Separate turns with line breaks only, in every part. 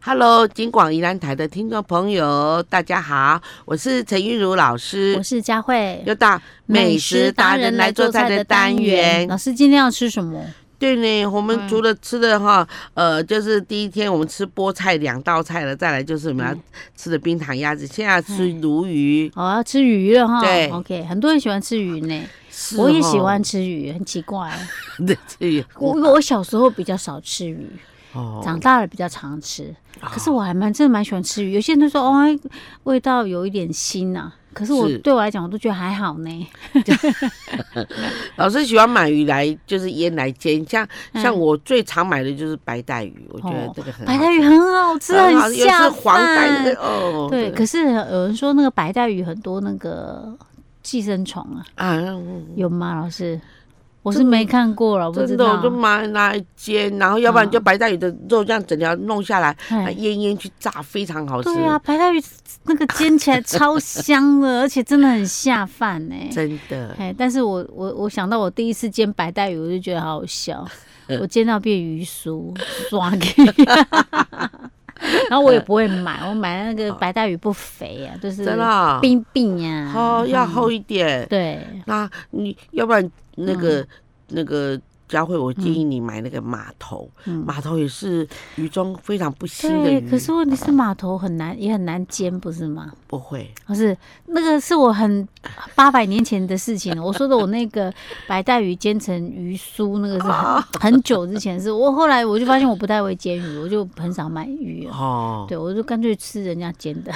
Hello，金广宜兰台的听众朋友，大家好，我是陈玉茹老师
我，是佳慧，
又到美食达人来做菜的单元。
老师今天要吃什么？
对呢，我们
嗯
除了吃的哈，呃，就是第一天我们吃菠菜两道菜了，再来就是我们
嗯
要吃的冰糖鸭子，现在要吃鲈鱼，
哦，要吃鱼了哈。
对
，OK，很多人喜欢吃鱼呢，
是
我也
哦
喜欢吃鱼，很奇怪。
对吃鱼，
我我小时候比较少吃鱼，
哦啊
长大了比较常吃。可是我还蛮真的蛮喜欢吃鱼，有些人都说哦，味道有一点腥呐、可是我
是
对我来讲，我都觉得还好呢。
老师喜欢买鱼来就是腌来煎，像像
嗯
我最常买的就是白带鱼，我觉得
哦
这个很
白
好
带鱼很好吃，
很好
很
吃，又是
下
黄带那
饭。
个哦，
对，
这个
可是有人说那个白带鱼很多那个寄生虫啊，
啊，嗯
有吗？老师，我是没看过了，不知
真的，
道
我。就买拿来煎，然后要不然
嗯
就白带鱼的肉这样整条弄下来，
哎
啊腌腌去炸，非常好吃，
对啊，白带鱼那个煎起来超 香的，而且真的很下饭呢、
真的。
哎，但是我我我想到我第一次煎白带鱼，我就觉得好好笑，
嗯
我煎到变鱼酥，刷 给。然后我也不会买，我买那个白带鱼不肥啊，就是
哦真的啊
冰冰呀、
哦，要
嗯嗯
厚一点。
对，
那你要不然那个那个佳慧，我建议你买那个码头，
嗯
码头也是鱼中非常不腥的
对，
鱼，
可是问题是码头很难，也很难煎，不是吗？
不会。
不哦是那个是我很八百年前的事情 了。我说的我那个白带鱼煎成鱼酥，那个是很
啊
很久之前的事。我后来我就发现我不太会煎鱼，我就很少买鱼了。
哦，
对，我就干脆吃人家煎 的。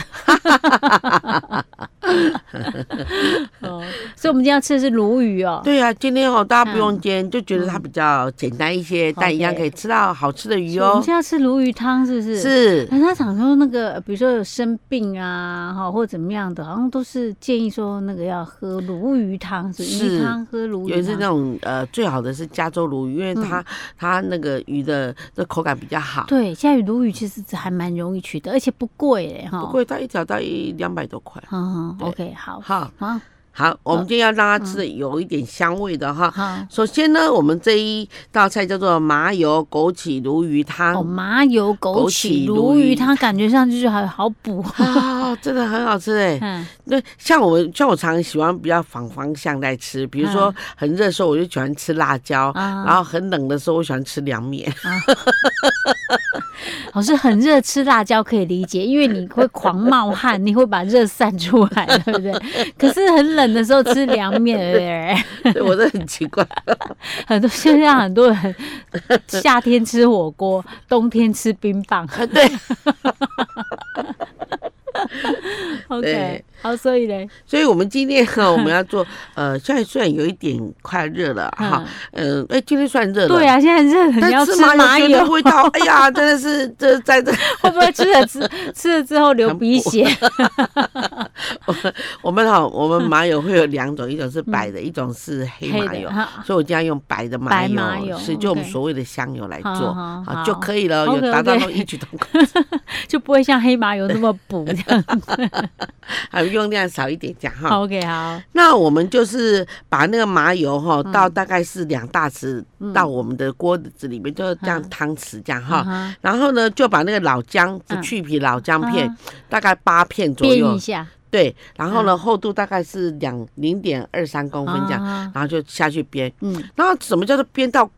哦，所以我们今天要吃的是鲈鱼哦。
对啊，今天哦，大家不用
嗯
煎，就觉得它比较简单一些，但一样可以吃到好吃的鱼
我们
哦
现。在要吃鲈鱼汤，是不是？。
是，
人家常说那个，呃比如说有生病啊，哈，或者怎么样的，好像都是建议说那个要喝鲈鱼汤，是
是
鱼汤喝鲈鱼
尤
汤。
其是那种呃，最好的是加州鲈鱼，因为它它那个鱼的的口感比较好，
嗯对，现在鲈鱼其实还蛮容易取得，而且不贵哎哈。
不。贵，它一条到一两百多块。
嗯
对
，OK，好，
好，
好，
好，我
呃
们今天要让
嗯
它吃的有一点香味的哈。
好。
首先呢，我们这一道菜叫做麻油枸杞鲈鱼
哦，
汤。
麻油
枸杞
枸
鲈
杞鲈
鱼
鱼汤感觉上就是好好补。
啊，真的很好吃哎！
嗯，
那像我像我常喜欢比较反方向在吃，比如说很热的时候我就喜欢吃辣椒，
嗯啊
然后很冷的时候我喜欢吃凉面。
老师很热，吃辣椒可以理解，因为你会狂冒汗，你会把热散出来，对不对？可是很冷的时候吃凉面，对不对？
对我都很奇怪，
很多现在很多人夏天吃火 锅，冬天吃冰棒。
啊对。
OK，
对
好，所以嘞，
所以，我们今天 哈，我们要做，呃，现在虽然有一点快热了哈，嗯，哎，今天算热了，
对，啊，现在热，你要
但
吃
吃
麻
麻油觉
油
得，味道，哎呀，真的是这在这，
会不会吃了吃 吃了之后流鼻血？
我们哈，我们麻油会有两种，一种是白的，一种是黑麻
嗯黑
油
的，哈
所以我今天用白的麻
白麻
油，
油
是就我们
OK
所谓的香油来
好
做，
好
啊
好
就可以了，有
OK，OK
达到那种异曲同工，
就不会像黑麻油那么补这样。
还有啊用量少一点讲哈。
好 OK，好，
那我们就是把那个麻油哈，
嗯
到大概是两大匙到我们的锅子里面，就是这样汤匙这样哈。
嗯哼
然后呢，就把那个老姜不
嗯
去皮老姜片，
嗯
大概八片左
煸一
右，
下，嗯
对。然后呢，厚度大概是两零点二三公分这样，
啊
然后就下去煸。
嗯，
然后什么叫做煸到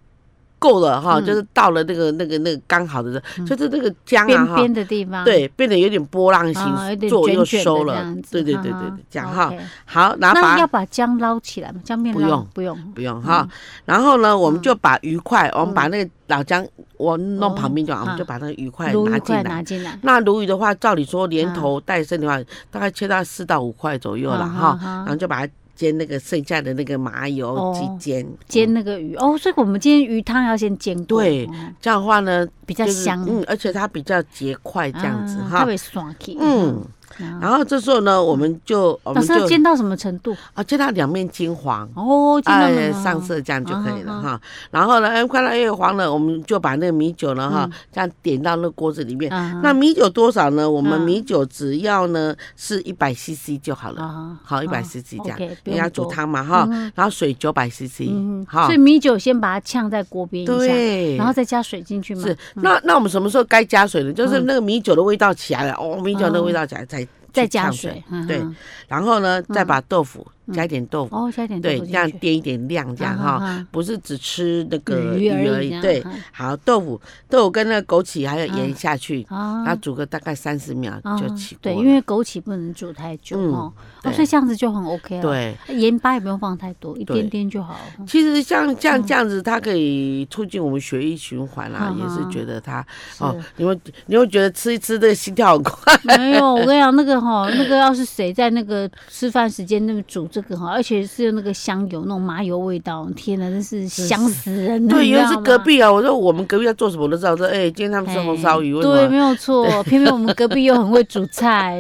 够了哈？
嗯
就是到了那个那个那个刚好的时候，就是那个姜啊
边
哈，
边的地方，
对，变得有点波浪形，
啊，有点
做又
卷卷的
收
这
了
样。子
对对对对
嗯哼
对，这样哈。
OK
好，然后把
那要
它
把姜捞起来吗？姜片
不
捞
用
不用，
不用哈。然后呢，我们就把鱼块，我们
嗯
把那个老姜我弄
哦
旁边就好，我们
啊
就把那个鱼块
鲈
拿
鱼
进
块
来。
拿进来，
那鲈鱼的话，照理说连
嗯
头带身的话，大概切到四到五块左右了
嗯
哈啊
嗯，嗯
然后就把它煎那个剩下的那个麻油
哦
去煎
煎
嗯
那个鱼哦，所以我们今天鱼汤要先煎过，
对
哦
这样的话呢，
比较
就是
香，
嗯，而且它比较结块这样子
啊
哈
它，会爽气，
嗯，
然后
然后这时候呢，我们就我
老
们
师啊要
就
煎到什么程度？
啊，煎到两面金黄。
哦，煎到
哎
什，么
上色这样就可以了
啊
哈。然后呢，哎，快到越黄了，我们就把那个米酒呢哈
嗯，
这样点到那个锅子里面。
啊
那米酒多少呢？我们
嗯
米酒只要呢是一百 CC 就好了，
啊
好一百
啊
CC 这样
OK，，不
因
用
为要煮
多
汤嘛哈
嗯。
然后水九百 CC，
嗯，
哈
所以，米酒先把它呛在锅边一下，
对，
然后再加水进去嘛，嗯
是那那我们什么时候该加水呢？就是那个米酒的味道起来了，哦，米酒的味道起来才
嗯再
去
加
呛
水，，嗯
对
嗯
然后呢再把豆腐加一点豆腐，
哦，加一点豆
对，
腐
这
进
样
去
颠一点亮这样
啊
哈。
啊
不是只吃那个
鱼
鱼
而
而
已这
已，
样
对
嗯，
好豆腐，豆腐跟那个枸杞还有盐
嗯
下去，
啊
它煮个大概三十秒
啊
就起锅
对，
了。
因为枸杞不能煮太久
嗯
哦，哦，
对
所以这样子就很 OK 了。啊
对，
盐巴也不用放太多，一
对
点点就好了。
其实像像这样子，它可以促进我们血液循环啦，
嗯
也是
哼
觉得它
是
哦，你会你会觉得吃一吃这个心跳很快，
没有，我跟你讲，那个哈，那个要是谁在那个吃饭时间那个煮这个哈，而且是用那个香油那种麻油味道，天哪，真是香死人了。
对，
你
尤
知道
其是
吗
隔壁啊，我说我们隔壁在做什么，我都知道。我说，哎、今天他们吃红烧鱼，
哎
为什
对，
么？
没有错。偏偏我们隔壁又很会煮菜，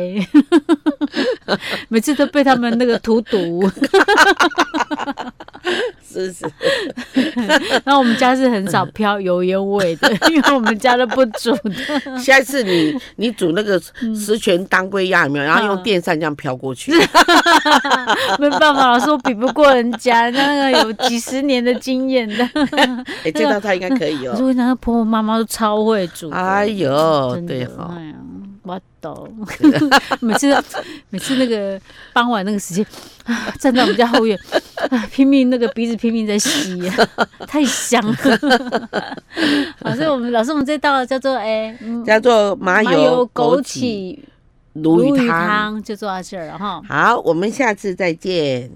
每次都被他们那个荼毒。
是是，
然后我们家是很少飘油烟味的，因为我们家都不煮的。
下一次你你煮那个
嗯
十全当归鸭有没有？然后用电扇这样飘过去，
没办法，老师我比不过人家，人家那个有几十年的经验的。
哎、这道菜应该可以
可是
哦。
我想到婆婆妈妈都超会煮的。
哎呦，
嗯真的
对哦啊哈、
哎呀，我懂。 每次每次那个傍晚那个时间，啊站在我们家后院， 啊拼命那个鼻子拼命在吸、啊太香了。 好，所以我们老师，我们这道叫做哎、嗯
叫做麻油枸杞
杞
鲈鱼汤。
就做到这儿了哈。
好，我们下次再见。